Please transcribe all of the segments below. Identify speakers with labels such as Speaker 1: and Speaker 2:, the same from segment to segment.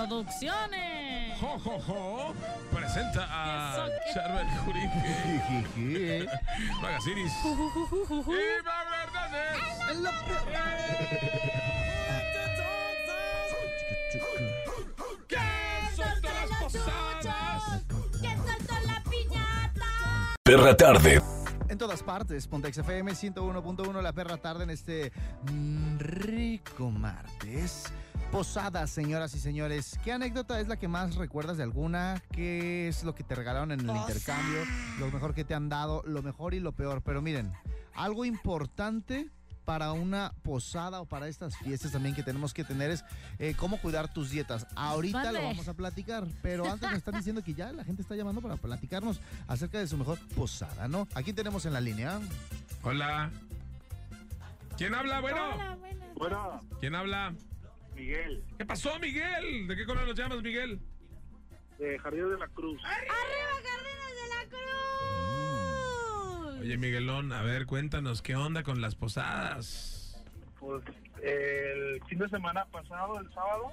Speaker 1: Producciones.
Speaker 2: Jo, jo, jo, presenta a
Speaker 1: Eso que-
Speaker 2: Charbel Jurique, Magasiris y Pablo Hernández. ¡Que suelto las posadas!
Speaker 1: ¡Que suelto la piñata!
Speaker 3: Perra Tarde.
Speaker 4: En todas partes, Pontex FM 101.1, la perra tarde en este mm, rico martes. Posadas, señoras y señores. ¿Qué anécdota es la que más recuerdas de alguna? ¿Qué es lo que te regalaron en el intercambio? Lo mejor que te han dado, lo mejor y lo peor. Pero miren, algo importante para una posada o para estas fiestas también que tenemos que tener es eh, cómo cuidar tus dietas. Ahorita lo
Speaker 1: Vale.
Speaker 4: vamos a platicar, pero antes nos están diciendo que ya la gente está llamando para platicarnos acerca de su mejor posada, ¿no? Aquí tenemos en la línea.
Speaker 2: Hola. ¿Quién habla? Bueno,
Speaker 1: Hola, buenas.
Speaker 5: Bueno,
Speaker 2: ¿quién habla?
Speaker 5: Miguel,
Speaker 2: ¿Qué pasó, Miguel? ¿De qué color nos llamas, Miguel?
Speaker 5: de Jardín de la Cruz.
Speaker 1: ¡Arriba, Cárdenas de la Cruz!
Speaker 2: Oye, Miguelón, a ver, cuéntanos, ¿qué onda con las posadas?
Speaker 5: Pues el fin de semana pasado, el sábado,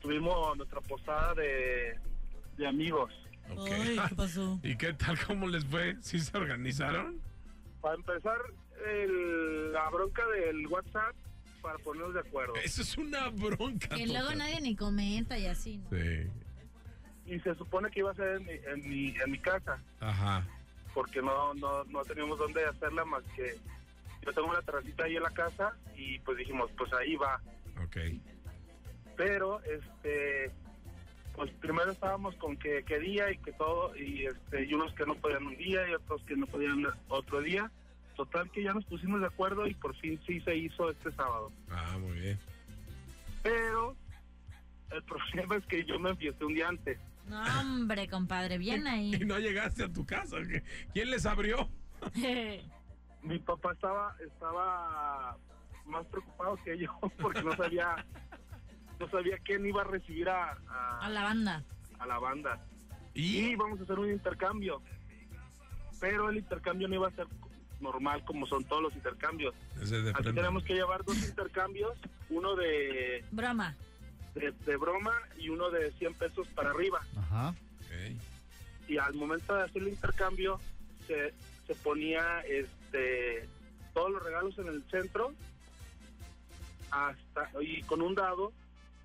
Speaker 5: tuvimos nuestra posada de, de amigos.
Speaker 2: Ok.
Speaker 6: Ay, ¿qué pasó?
Speaker 2: ¿Y qué tal? ¿Cómo les fue? ¿Sí se organizaron?
Speaker 5: Para empezar, el- la bronca del WhatsApp para ponernos de acuerdo.
Speaker 2: Eso es una bronca.
Speaker 1: Que luego
Speaker 2: total.
Speaker 1: nadie ni comenta y así, ¿no?
Speaker 2: Sí.
Speaker 5: Y se supone que iba a ser en mi, en mi, en mi casa,
Speaker 2: Ajá.
Speaker 5: porque no, no, no teníamos dónde hacerla más que... Yo tengo una terracita ahí en la casa y pues dijimos, pues ahí va.
Speaker 2: Ok.
Speaker 5: pero este pues primero estábamos con que qué día y que todo y este y unos que no podían un día y otros que no podían otro día total que ya nos pusimos de acuerdo y por fin sí se hizo este sábado
Speaker 2: Ah, muy bien.
Speaker 5: pero el problema es que yo me enfiesté un día antes
Speaker 1: No, hombre, compadre, bien ahí.
Speaker 2: Y no llegaste a tu casa. ¿o qué? ¿Quién les abrió?
Speaker 5: mi papá estaba estaba más preocupado que yo porque no sabía no sabía quién iba a recibir a, a-
Speaker 1: A la banda.
Speaker 5: a la banda y
Speaker 2: Y
Speaker 5: vamos a hacer un intercambio. Pero el intercambio no iba a ser normal como son todos los intercambios.
Speaker 2: Ese de
Speaker 5: Aquí
Speaker 2: frente.
Speaker 5: tenemos que llevar dos intercambios, uno de,
Speaker 1: Broma.
Speaker 5: de, de broma y uno de 100 pesos para arriba.
Speaker 4: Ajá.
Speaker 2: Ok.
Speaker 5: Y al momento de hacer el intercambio se, se ponía este todos los regalos en el centro hasta y con un dado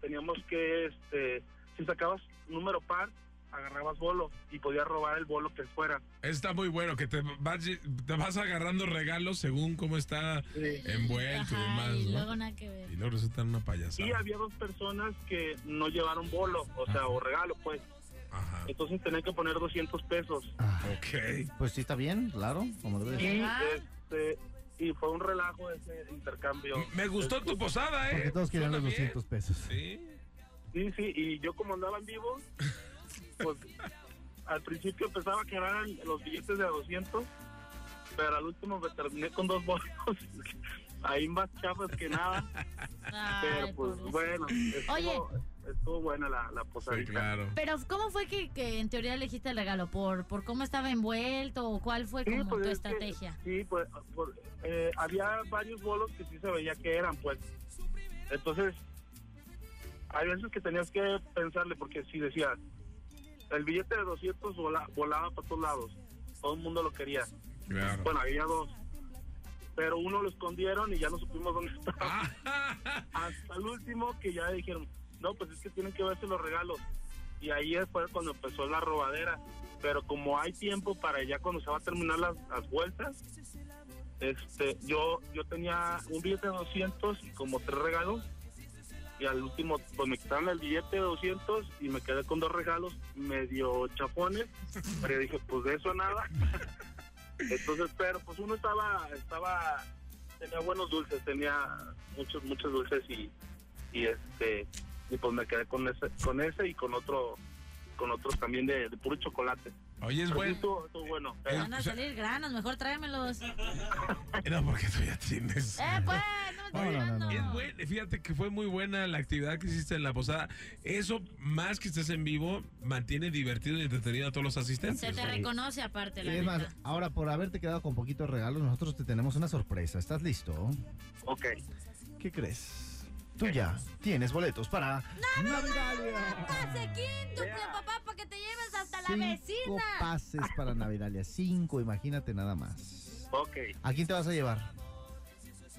Speaker 5: teníamos que este si sacabas número par agarrabas bolo y podías robar el bolo que fuera.
Speaker 2: Está muy bueno que te vas, lle- te vas agarrando regalos según cómo está envuelto
Speaker 1: Ajá,
Speaker 2: y
Speaker 1: y
Speaker 2: demás.
Speaker 1: luego
Speaker 2: ¿no?
Speaker 1: nada que ver.
Speaker 2: Y luego resulta una payasada.
Speaker 5: Y había dos personas que no llevaron bolo, o sea, o regalo, pues.
Speaker 2: Ajá.
Speaker 5: Entonces tenían que poner 200 pesos.
Speaker 2: Ah. Ok.
Speaker 4: Pues sí, está bien, claro, como debe de ser.
Speaker 5: Y,
Speaker 1: Ah.
Speaker 5: este, y fue un relajo ese intercambio.
Speaker 2: Me gustó tu posada, ¿eh?
Speaker 4: Porque todos querían los
Speaker 2: Suena
Speaker 4: 200 pesos.
Speaker 2: bien. Sí.
Speaker 5: Sí, sí, y yo como andaba en vivo, pues al principio pensaba que eran los billetes de 200, pero al último me terminé con dos bolos. Ahí más chafas que nada,
Speaker 1: Ay,
Speaker 5: pero pues
Speaker 1: pobrecito.
Speaker 5: bueno, estuvo,
Speaker 1: Oye.
Speaker 5: estuvo buena la, la
Speaker 2: Sí,
Speaker 5: posadita.
Speaker 2: claro.
Speaker 1: Pero, ¿cómo fue que, que en teoría elegiste el regalo? ¿Por, ¿Por cómo estaba envuelto o cuál fue
Speaker 5: Sí,
Speaker 1: como
Speaker 5: pues,
Speaker 1: tu
Speaker 5: es que-
Speaker 1: estrategia?
Speaker 5: sí, pues por- eh, había varios bolos que sí se veía que eran, pues. Entonces, hay veces que tenías que pensarle, porque sí decías, el billete de 200 vola- volaba para todos lados. Todo el mundo lo quería.
Speaker 2: Claro.
Speaker 5: Bueno, había dos. Pero uno lo escondieron y ya no supimos dónde estaba. pues,
Speaker 2: Ah,
Speaker 5: Hasta el último que ya dijeron, no, pues es que tienen que verse los regalos. Y ahí fue cuando empezó la robadera. Pero como hay tiempo para ya cuando se va a terminar las, las vueltas, este, yo, yo tenía un billete de 200 y como tres regalos. Y al último, pues me quitaron el billete de 200 y me quedé con dos regalos medio chafones. Pero dije, pues de eso nada. Entonces, pero pues uno estaba, estaba eh, tenía buenos dulces, tenía muchos, muchos dulces y, y este, y pues me quedé con ese, con ese y con otro, con otros también de, de puro chocolate.
Speaker 2: Oye, es
Speaker 5: Pero pues, sí
Speaker 2: bueno.
Speaker 5: estuvo- estuvo bueno.
Speaker 2: Pues, Eh,
Speaker 5: Eh,
Speaker 1: Van
Speaker 2: o
Speaker 4: pues,
Speaker 1: a
Speaker 2: sea-
Speaker 1: salir granos, mejor tráemelos. ¡Eh,
Speaker 2: No, porque tú ya tienes.
Speaker 1: pues! ¡No me
Speaker 4: No,
Speaker 1: estás
Speaker 4: no, no,
Speaker 1: dando!
Speaker 4: no.
Speaker 2: Es buen- fíjate que fue muy buena la actividad que hiciste en la posada. Eso, más que estés en vivo, mantiene divertido y entretenido a todos los asistentes.
Speaker 1: Se te
Speaker 2: Sí.
Speaker 1: reconoce aparte,
Speaker 4: Y
Speaker 1: la
Speaker 4: es más,
Speaker 1: neta.
Speaker 4: ahora por haberte quedado con poquitos regalos, nosotros te tenemos una sorpresa. ¿Estás listo?
Speaker 5: ok.
Speaker 4: ¿Qué crees? Tú ya tienes boletos para Navidalia.
Speaker 1: ¡Pase quíntuple,
Speaker 5: Vea.
Speaker 1: papá, para que te lleves hasta la
Speaker 4: Cinco
Speaker 1: vecina!
Speaker 4: pases para Navidalia. Cinco, imagínate nada más.
Speaker 5: Ok,
Speaker 4: ¿A quién te vas a llevar?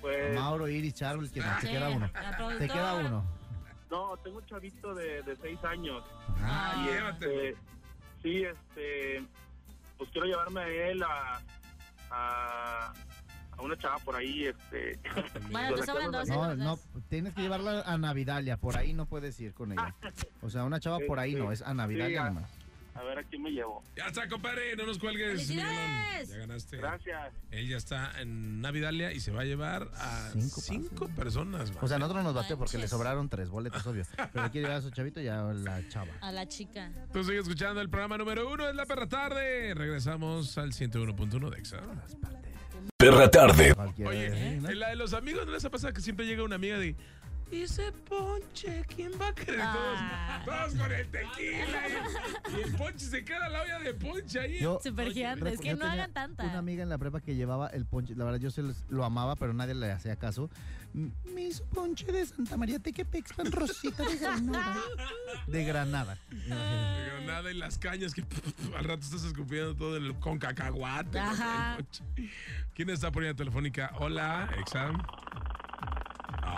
Speaker 5: pues
Speaker 4: Mauro, Iris, Charles, que te
Speaker 1: Sí,
Speaker 4: queda uno.
Speaker 1: la
Speaker 4: Te
Speaker 1: productora.
Speaker 4: queda uno.
Speaker 5: no, tengo un chavito de, de seis años.
Speaker 4: Ah,
Speaker 5: Y
Speaker 1: Ah,
Speaker 2: llévatelo.
Speaker 5: este, sí, este, pues quiero llevarme a él a, a, a una chava por ahí, este.
Speaker 1: Bueno, te sobran dos.
Speaker 4: No, no, tienes que llevarla a Navidalia. Por ahí no puedes ir con ella.
Speaker 1: Ah.
Speaker 4: O sea, una chava por ahí no, es a Navidalia
Speaker 5: Sí,
Speaker 4: nomás.
Speaker 5: A ver a quién me llevo.
Speaker 2: Ya está, compadre, no nos cuelgues. Miguelón.
Speaker 1: ¡Felicidades!
Speaker 2: Ya ganaste.
Speaker 5: Gracias.
Speaker 2: Él ya está en Navidalia y se va a llevar a
Speaker 4: Cinco
Speaker 2: cinco,
Speaker 4: pases.
Speaker 2: personas. man.
Speaker 4: O sea, nosotros nos bateó porque le
Speaker 1: Manches.
Speaker 4: sobraron tres boletos, obvio. Pero quiere llevar a su chavito y a la chava.
Speaker 1: a la chica.
Speaker 2: Tú sigues escuchando el programa número uno de La Perra Tarde. Regresamos al 101.1 de Exa.
Speaker 3: Perra tarde.
Speaker 4: Cualquiera
Speaker 2: Oye,
Speaker 4: de- ¿no?
Speaker 2: en la de los amigos, ¿no les ha pasado que siempre llega una amiga de... Dice Ponche, ¿quién va a querer?
Speaker 1: Ah.
Speaker 2: Todos, todos con el tequila. ¿eh? Y, y el Ponche se queda la olla de Ponche ahí.
Speaker 4: Yo-
Speaker 1: Super gigante. Es
Speaker 4: recu-
Speaker 1: que
Speaker 4: yo
Speaker 1: no
Speaker 4: tenía
Speaker 1: hagan tanta.
Speaker 4: Una amiga en la prepa que llevaba el ponche, la verdad yo se los- lo amaba, pero nadie le hacía caso. M- Me hizo ponche de Santa María Tequepex tan rosita de Granada. De Granada.
Speaker 1: Ah,
Speaker 4: imagínate.
Speaker 2: De Granada y las cañas que al rato estás escupiendo todo el, con cacahuate. con
Speaker 1: Ajá.
Speaker 2: el ponche. ¿Quién está por línea telefónica? Hola, exam.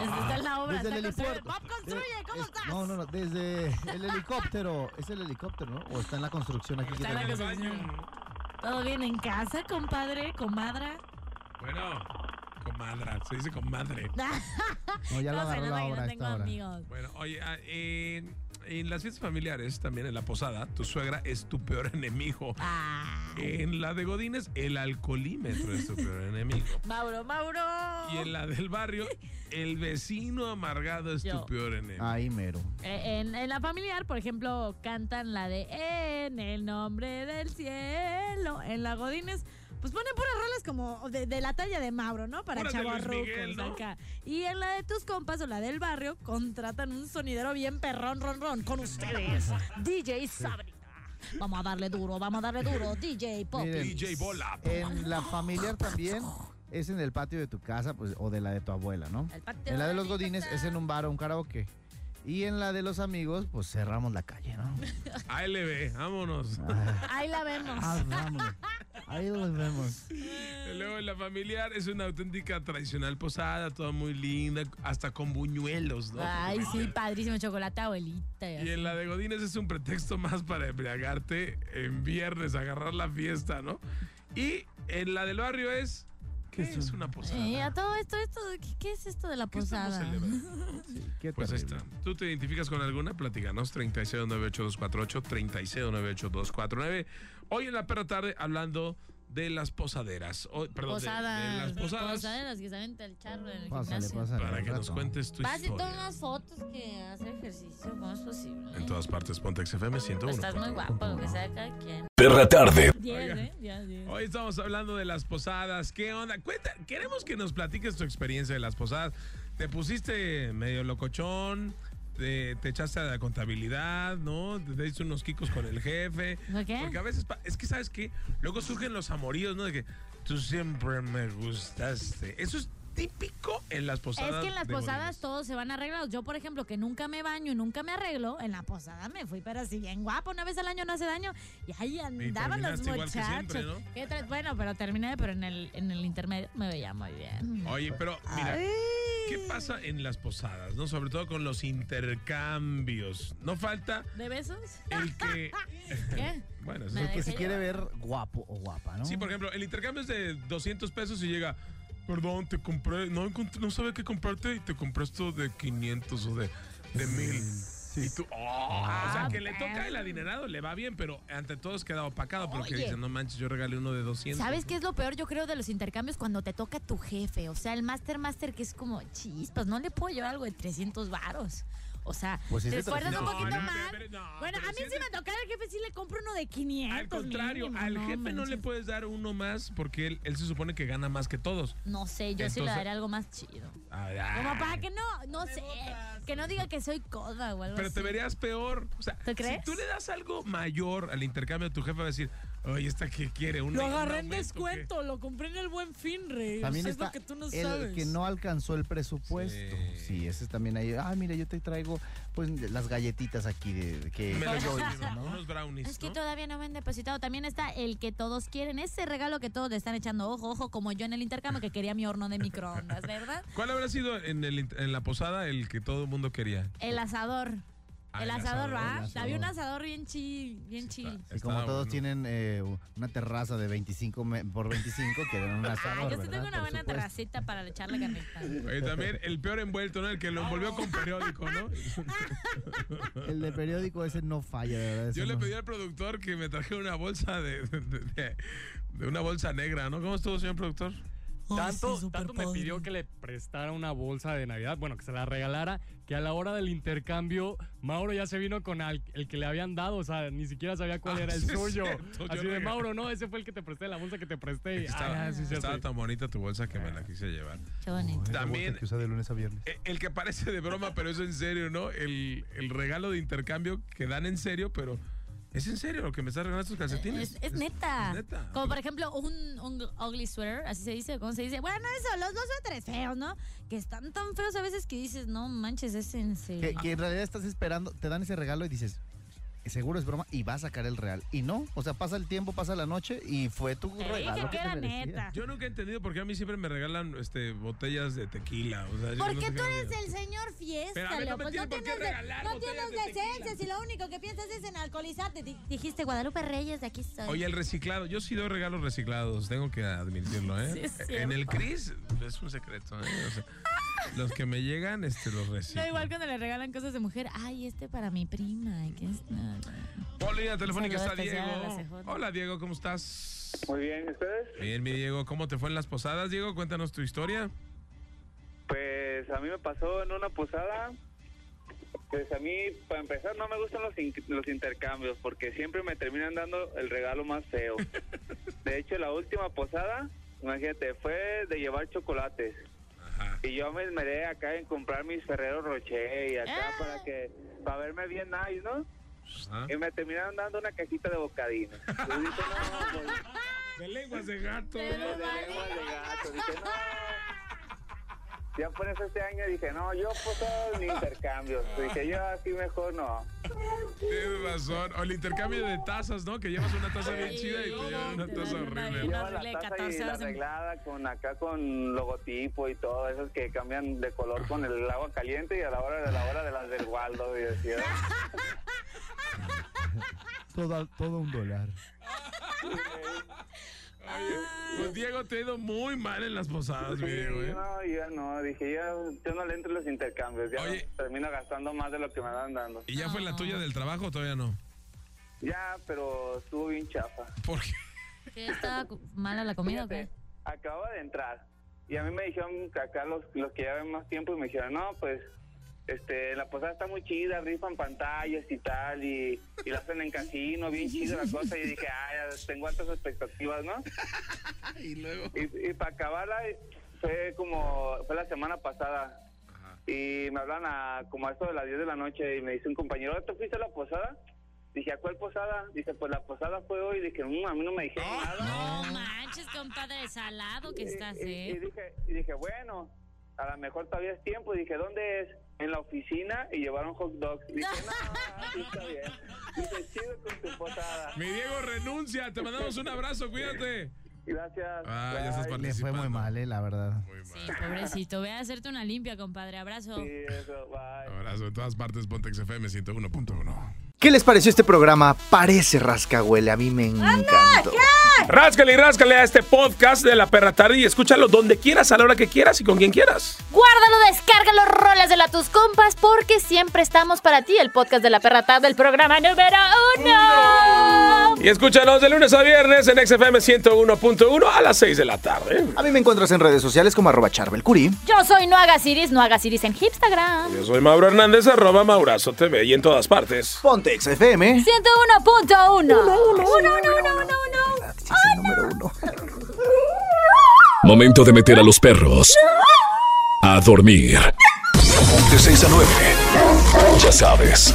Speaker 1: Esta está en la obra. está construyendo.
Speaker 4: Desde el helipuerto. Eh,
Speaker 1: Pop, construye, ¿cómo
Speaker 4: Es-
Speaker 1: estás?
Speaker 4: No, no, no, desde el helicóptero. Es el helicóptero, ¿no? O está en la construcción aquí. que
Speaker 1: Está en la
Speaker 4: tenemos.
Speaker 2: Bueno,
Speaker 1: ¿Todo bien en casa, compadre, comadra?
Speaker 2: comadra, se dice comadre.
Speaker 4: No, ya lo
Speaker 1: Estamos
Speaker 4: agarró
Speaker 1: hablando
Speaker 4: la
Speaker 1: que no
Speaker 4: hora, a
Speaker 1: tengo
Speaker 4: esta hora.
Speaker 1: amigos.
Speaker 2: Bueno, oye, ah, en, en las fiestas familiares, también en la posada, tu suegra es tu peor enemigo.
Speaker 1: Ah,
Speaker 2: En la de Godines, el alcoholímetro es tu peor enemigo.
Speaker 1: Mauro, Mauro.
Speaker 2: Y en la del barrio, el vecino amargado es
Speaker 1: Yo.
Speaker 2: tu peor enemigo.
Speaker 4: Ahí mero.
Speaker 1: Eh, En, en la familiar, por ejemplo, cantan la de En el nombre del cielo. En la Godines, pues ponen puras rolas como de, de la talla de Mauro, ¿no? Para
Speaker 2: Puras de Luis
Speaker 1: chavos
Speaker 2: Miguel, ¿no?
Speaker 1: acá. Y en la de tus compas o la del barrio, contratan un sonidero bien perrón, ron, ron, con ustedes. DJ Sabrina. Vamos a darle duro, vamos a darle duro. DJ Pop.
Speaker 4: Miren,
Speaker 2: DJ Bola.
Speaker 4: En la familiar también es en el patio de tu casa pues, o de la de tu abuela, ¿no?
Speaker 1: El patio
Speaker 4: En la de los
Speaker 1: mi
Speaker 4: godines
Speaker 1: casa.
Speaker 4: es en un bar o un karaoke. Y en la de los amigos, pues cerramos la calle, ¿no?
Speaker 2: ALB, vámonos.
Speaker 1: Ahí la vemos.
Speaker 4: Ah, vámonos. Ahí los vemos.
Speaker 2: Luego la familiar es una auténtica tradicional posada, toda muy linda, hasta con buñuelos, ¿no?
Speaker 1: Ay, sí, padrísimo chocolate, abuelita. y
Speaker 2: Y
Speaker 1: así.
Speaker 2: en la de Godines es un pretexto más para embriagarte en viernes, agarrar la fiesta, ¿no? Y en la del barrio es ¿qué es una posada?
Speaker 1: Eh, a todo esto, esto ¿qué, qué es esto de la
Speaker 2: ¿Qué estamos
Speaker 1: posada?
Speaker 2: celebrando?
Speaker 4: Sí, qué
Speaker 2: Pues ahí
Speaker 4: terrible.
Speaker 2: está. ¿Tú te identificas con alguna? Platícanos 3698248 3698249. Hoy en la perra tarde hablando de las posaderas. Hoy, perdón, de- de,
Speaker 1: Posadas.
Speaker 2: las posadas.
Speaker 1: Posaderas que salen del charro en el
Speaker 4: Pásale,
Speaker 1: gimnasio.
Speaker 4: pásale.
Speaker 2: Para
Speaker 4: un
Speaker 2: que nos
Speaker 4: rato.
Speaker 2: cuentes tu
Speaker 1: Vas y
Speaker 2: historia.
Speaker 1: toma unas fotos que hace ejercicio, ¿cómo es posible?
Speaker 2: En todas partes, Pontex FM 101.
Speaker 1: Pues estás muy guapo, lo que sea cada quien.
Speaker 3: Perra tarde.
Speaker 1: 10,
Speaker 2: Oiga.
Speaker 1: ¿eh? 10, 10.
Speaker 2: Hoy estamos hablando de las posadas. ¿Qué onda? Cuenta, queremos que nos platiques tu experiencia de las posadas. Te pusiste medio locochón, te, te echaste a la contabilidad, ¿no? Te diste unos quicos con el jefe.
Speaker 1: ¿Por qué?
Speaker 2: Porque a veces, pa- es que sabes que luego surgen los amoríos, ¿no? De que tú siempre me gustaste. Eso es típico en las posadas.
Speaker 1: Es que en las
Speaker 2: de
Speaker 1: posadas
Speaker 2: Godínez.
Speaker 1: todos se van arreglados. Yo, por ejemplo, que nunca me baño y nunca me arreglo, en la posada me fui, pero así bien guapo, una vez al año no hace daño. Y ahí andaban los
Speaker 2: terminaste igual
Speaker 1: muchachos.
Speaker 2: que siempre, ¿no?
Speaker 1: ¿Qué tra- bueno, pero terminé, pero en el, en el intermedio me veía muy bien.
Speaker 2: Oye, pero mira, ¿qué pasa en las posadas, no? Sobre todo con los intercambios. No falta
Speaker 1: ¿De besos?
Speaker 2: el que...
Speaker 1: ¿Qué?
Speaker 2: Bueno, eso
Speaker 1: Me
Speaker 2: es
Speaker 4: Que se
Speaker 1: Déjelo.
Speaker 4: Pues, quiere ver guapo o guapa, ¿no?
Speaker 2: Sí, por ejemplo, el intercambio es de 200 pesos y llega, perdón, te compré, no, encont- no sabía qué comprarte y te compré esto de 500 o de, de 1000. Y tú, oh, o sea,
Speaker 1: Ah,
Speaker 2: que le toca el
Speaker 1: bueno.
Speaker 2: adinerado, le va bien, pero ante todos queda opacado porque
Speaker 1: Oye.
Speaker 2: dice, no manches, yo regalé uno de 200.
Speaker 1: ¿Sabes qué es lo peor, yo creo, de los intercambios? Cuando te toca tu jefe. O sea, el Master Master que es como, chispas, no le puedo llevar algo de 300 varos. O sea,
Speaker 4: Pues sí
Speaker 1: te
Speaker 4: se te-
Speaker 1: esfuerzas un
Speaker 4: No,
Speaker 1: poquito
Speaker 2: no,
Speaker 1: más.
Speaker 2: pero- pero- no,
Speaker 1: bueno,
Speaker 2: pero
Speaker 1: a mí
Speaker 2: si
Speaker 1: si
Speaker 2: es de-
Speaker 1: me tocara el jefe sí le compro uno de 500.
Speaker 2: Al contrario,
Speaker 1: mínimo,
Speaker 2: al
Speaker 1: no
Speaker 2: jefe no le
Speaker 1: manches.
Speaker 2: puedes dar uno más porque él, él se supone que gana más que todos.
Speaker 1: No sé, yo sí le
Speaker 2: Entonces-
Speaker 1: daría algo más chido.
Speaker 2: Ay, ay.
Speaker 1: Como para que no, no sé, que no diga que soy coda o algo
Speaker 2: Pero te
Speaker 1: así.
Speaker 2: verías peor. O sea,
Speaker 1: ¿Tú crees?
Speaker 2: si tú le das algo mayor al intercambio, tu jefe va a decir, oye, ¿esta qué quiere? ¿Un-
Speaker 6: Lo
Speaker 2: un
Speaker 6: agarré en
Speaker 2: aumento, qué?"
Speaker 6: descuento, lo compré en el buen fin, rey.
Speaker 4: También
Speaker 6: Eso es
Speaker 4: está
Speaker 6: lo que tú no
Speaker 4: el
Speaker 6: sabes.
Speaker 4: que no alcanzó el presupuesto.
Speaker 2: Sí.
Speaker 4: Sí, ese es también ahí. Ah, mira, yo te traigo pues las galletitas aquí de, de que
Speaker 2: Me lo
Speaker 4: yo
Speaker 2: llevo,
Speaker 4: hice, ¿no?
Speaker 2: Unos brownies,
Speaker 1: Es que
Speaker 2: ¿no?
Speaker 1: todavía no me han depositado. También está el que todos quieren, ese regalo que todos le están echando ojo, ojo, como yo en el intercambio que quería mi horno de microondas, ¿verdad?
Speaker 2: ¿Cuál habrá sido en, el int- en la posada el que todo el mundo quería?
Speaker 1: El asador.
Speaker 2: Ah,
Speaker 1: el, asador, ¿va?
Speaker 4: el asador.
Speaker 1: Había un asador bien chill, bien chill.
Speaker 4: Y como
Speaker 2: Estaba
Speaker 4: todos
Speaker 2: bueno.
Speaker 4: tienen eh, una terraza de 25 me- por 25, que era un
Speaker 1: Ah,
Speaker 4: asador,
Speaker 1: yo sí
Speaker 4: ¿verdad?
Speaker 1: tengo una
Speaker 4: Por
Speaker 1: buena
Speaker 4: supuesto.
Speaker 1: terracita para echarle carnita.
Speaker 2: Oye, también el peor envuelto, ¿no? El que lo envolvió con periódico, ¿no?
Speaker 4: El de periódico ese no falla, de verdad. ese
Speaker 2: Yo le
Speaker 4: no.
Speaker 2: pedí al productor que me trajera una bolsa de, de- de- de una bolsa negra, ¿no? ¿Cómo estuvo, señor productor?
Speaker 7: Tanto, tanto me pidió que le prestara una bolsa de Navidad, bueno, que se la regalara, que a la hora del intercambio, Mauro ya se vino con al- el que le habían dado, o sea, ni siquiera sabía cuál
Speaker 2: Ah,
Speaker 7: era el
Speaker 2: sí es
Speaker 7: suyo.
Speaker 2: cierto, yo
Speaker 7: Así de,
Speaker 2: regalé.
Speaker 7: Mauro, no, ese fue el que te presté, la bolsa que te presté. Y,
Speaker 2: Estaba,
Speaker 7: ah, sí, sí,
Speaker 2: estaba
Speaker 7: sí.
Speaker 2: tan bonita tu bolsa que me la quise llevar.
Speaker 1: Qué bonito.
Speaker 2: También-
Speaker 4: Que usa de lunes a viernes.
Speaker 2: E- El que parece de broma, pero es en serio, ¿no? El, el regalo de intercambio que dan en serio, pero ¿es en serio lo que me estás regalando estos calcetines?
Speaker 1: Es, es neta.
Speaker 2: Es neta.
Speaker 1: Como por ejemplo un, un ugly sweater, así se dice, ¿cómo se dice? Bueno, eso, los dos suéteres feos, ¿no? Que están tan feos a veces que dices, no manches, es en
Speaker 4: Que,
Speaker 1: serio.
Speaker 4: que en realidad estás esperando, te dan ese regalo y dices, seguro es broma, y va a sacar el real. Y no, o sea, pasa el tiempo, pasa la noche y fue tu
Speaker 1: Te
Speaker 4: regalo.
Speaker 1: dije que
Speaker 4: te
Speaker 1: era
Speaker 4: merecías.
Speaker 1: neta.
Speaker 2: Yo nunca he entendido por qué a mí siempre me regalan este, botellas de tequila. O sea, yo no
Speaker 1: Porque
Speaker 2: sé
Speaker 1: tú
Speaker 2: qué
Speaker 1: eres
Speaker 2: manera.
Speaker 1: el señor
Speaker 2: Pero a
Speaker 1: fiesta,
Speaker 2: ver, no
Speaker 1: Leo.
Speaker 2: me
Speaker 1: Pues
Speaker 2: tienen
Speaker 1: no
Speaker 2: por qué
Speaker 1: tienes, de-
Speaker 2: regalar
Speaker 1: no
Speaker 2: botellas
Speaker 1: tienes
Speaker 2: de tequila.
Speaker 1: decencia si lo único que piensas es en alcoholizarte. Di- Dijiste Guadalupe Reyes, de aquí soy.
Speaker 2: Oye, el reciclado. Yo sí doy regalos reciclados, tengo que admitirlo, ¿eh?
Speaker 1: Sí, es cierto.
Speaker 2: en el Cris es un secreto, ¿eh? O sea, los que me llegan, este, los reciclo.
Speaker 1: No, igual cuando le regalan cosas de mujer. Ay, este para mi prima. ay, que es- no, no.
Speaker 2: Por línea telefónica
Speaker 1: Un
Speaker 2: está
Speaker 1: saludo especial a la
Speaker 2: Diego.
Speaker 1: CJ.
Speaker 2: Hola, Diego, ¿cómo estás?
Speaker 5: Muy bien, ¿ustedes?
Speaker 2: Bien, mi Diego, ¿cómo te fue en las posadas? Diego, cuéntanos tu historia.
Speaker 5: Pues a mí me pasó en una posada. Pues a mí, para empezar, no me gustan los, in- los intercambios porque siempre me terminan dando el regalo más feo. De hecho, la última posada, imagínate, fue de llevar chocolates.
Speaker 2: Ajá.
Speaker 5: Y yo me esmeré acá en comprar mis Ferrero Rocher y acá
Speaker 1: Ah.
Speaker 5: para que para verme bien nice, ¿no?
Speaker 2: ¿Ah?
Speaker 5: Y me terminaron dando una cajita de bocadinos. Yo dije, no, pues,
Speaker 2: De lenguas de gato.
Speaker 5: de
Speaker 1: Pero-
Speaker 5: lengua de gato. Dije, no. Ya por eso este año dije, no, yo posado ni intercambios. Dije, yo así mejor no.
Speaker 2: Tienes razón. O el intercambio de tazas, ¿no? Que llevas una taza bien
Speaker 1: Ay,
Speaker 2: chida y te
Speaker 1: no,
Speaker 2: llevan una
Speaker 1: te
Speaker 2: taza
Speaker 1: dan una
Speaker 2: horrible.
Speaker 1: bien-
Speaker 5: Lleva la
Speaker 1: arreglé
Speaker 5: taza
Speaker 1: 14
Speaker 5: y la
Speaker 1: horas en-
Speaker 5: arreglada con acá con logotipo y todo, esos que cambian de color con el agua caliente y a la hora de la hora de las del Waldo. Y así, ¿no?
Speaker 4: Todo, todo un dólar.
Speaker 2: Pues Diego te ha ido muy mal en las posadas,
Speaker 5: Sí,
Speaker 2: mi Diego, ¿eh?
Speaker 5: no, yo no, dije, yo, yo no le entro en los intercambios, ya
Speaker 2: Oye.
Speaker 5: termino gastando más de lo que me andan dando.
Speaker 2: ¿Y ya fue la tuya del trabajo o todavía no?
Speaker 5: Ya, pero estuvo bien chafa.
Speaker 2: Porque
Speaker 1: ¿Qué, ¿Estaba cu- mala la comida o qué?
Speaker 5: Fíjate, acababa de entrar y a mí me dijeron que acá los, los que llevan más tiempo y me dijeron, no, pues este, la posada está muy chida, rifan pantallas y tal y, y la hacen en casino, bien chida la cosa y dije, ay, tengo altas expectativas, ¿no?
Speaker 2: Y luego.
Speaker 5: Y, y para acabarla fue como, fue la semana pasada y me hablan a como a esto de las 10 de la noche y me dice un compañero, "¿Ah, ¿tú fuiste a la posada? Dije, ¿a cuál posada? Dice, pues la posada fue hoy. Dije, "Mm, a mí no me
Speaker 2: Ah.
Speaker 5: dijeron nada.
Speaker 1: No manches, compadre, salado que
Speaker 5: Y-
Speaker 1: estás,
Speaker 5: y, y
Speaker 1: ¿eh?
Speaker 5: dije, y dije, bueno, a lo mejor todavía es tiempo. Y dije, ¿dónde es? En la oficina y llevaron hot dogs. Y dije, no, sí está bien. Dije, chido con tu posada.
Speaker 2: Mi Diego renuncia. Te mandamos un abrazo, cuídate.
Speaker 5: Gracias.
Speaker 2: Ah, ya estás
Speaker 5: Bye.
Speaker 4: Le fue
Speaker 2: participando.
Speaker 4: muy mal, eh, la verdad.
Speaker 2: Muy
Speaker 1: Sí,
Speaker 2: mal.
Speaker 1: pobrecito. Ve a hacerte una limpia, compadre. Abrazo.
Speaker 5: Sí, eso, bye.
Speaker 2: Abrazo de todas partes, Pontex FM 101.1.
Speaker 4: ¿Qué les pareció este programa? Parece rascahuele, a mí me encantó.
Speaker 3: Ráscale y ráscale a este podcast de La Perra Tarde y escúchalo donde quieras, a la hora que quieras y con quien quieras.
Speaker 8: Guárdalo, descárgalo, rola
Speaker 1: de la Tus Compas porque siempre estamos para ti, el podcast de la perra tarde, el programa número uno.
Speaker 2: Y escúchanos de lunes a viernes en XFM 101.1 a las 6 de la tarde.
Speaker 4: A mí me encuentras en redes sociales como arroba charbelcuri.
Speaker 1: Yo soy No Hagas Iris, No Hagas Iris en Instagram.
Speaker 2: Yo soy Mauro Hernández, arroba Maurazo TV y en todas partes.
Speaker 4: Ponte XFM.
Speaker 1: 101.1. Uno, uno, uno, uno, uno.
Speaker 3: Momento de meter a los perros a dormir. De 6 a 9. Ya sabes.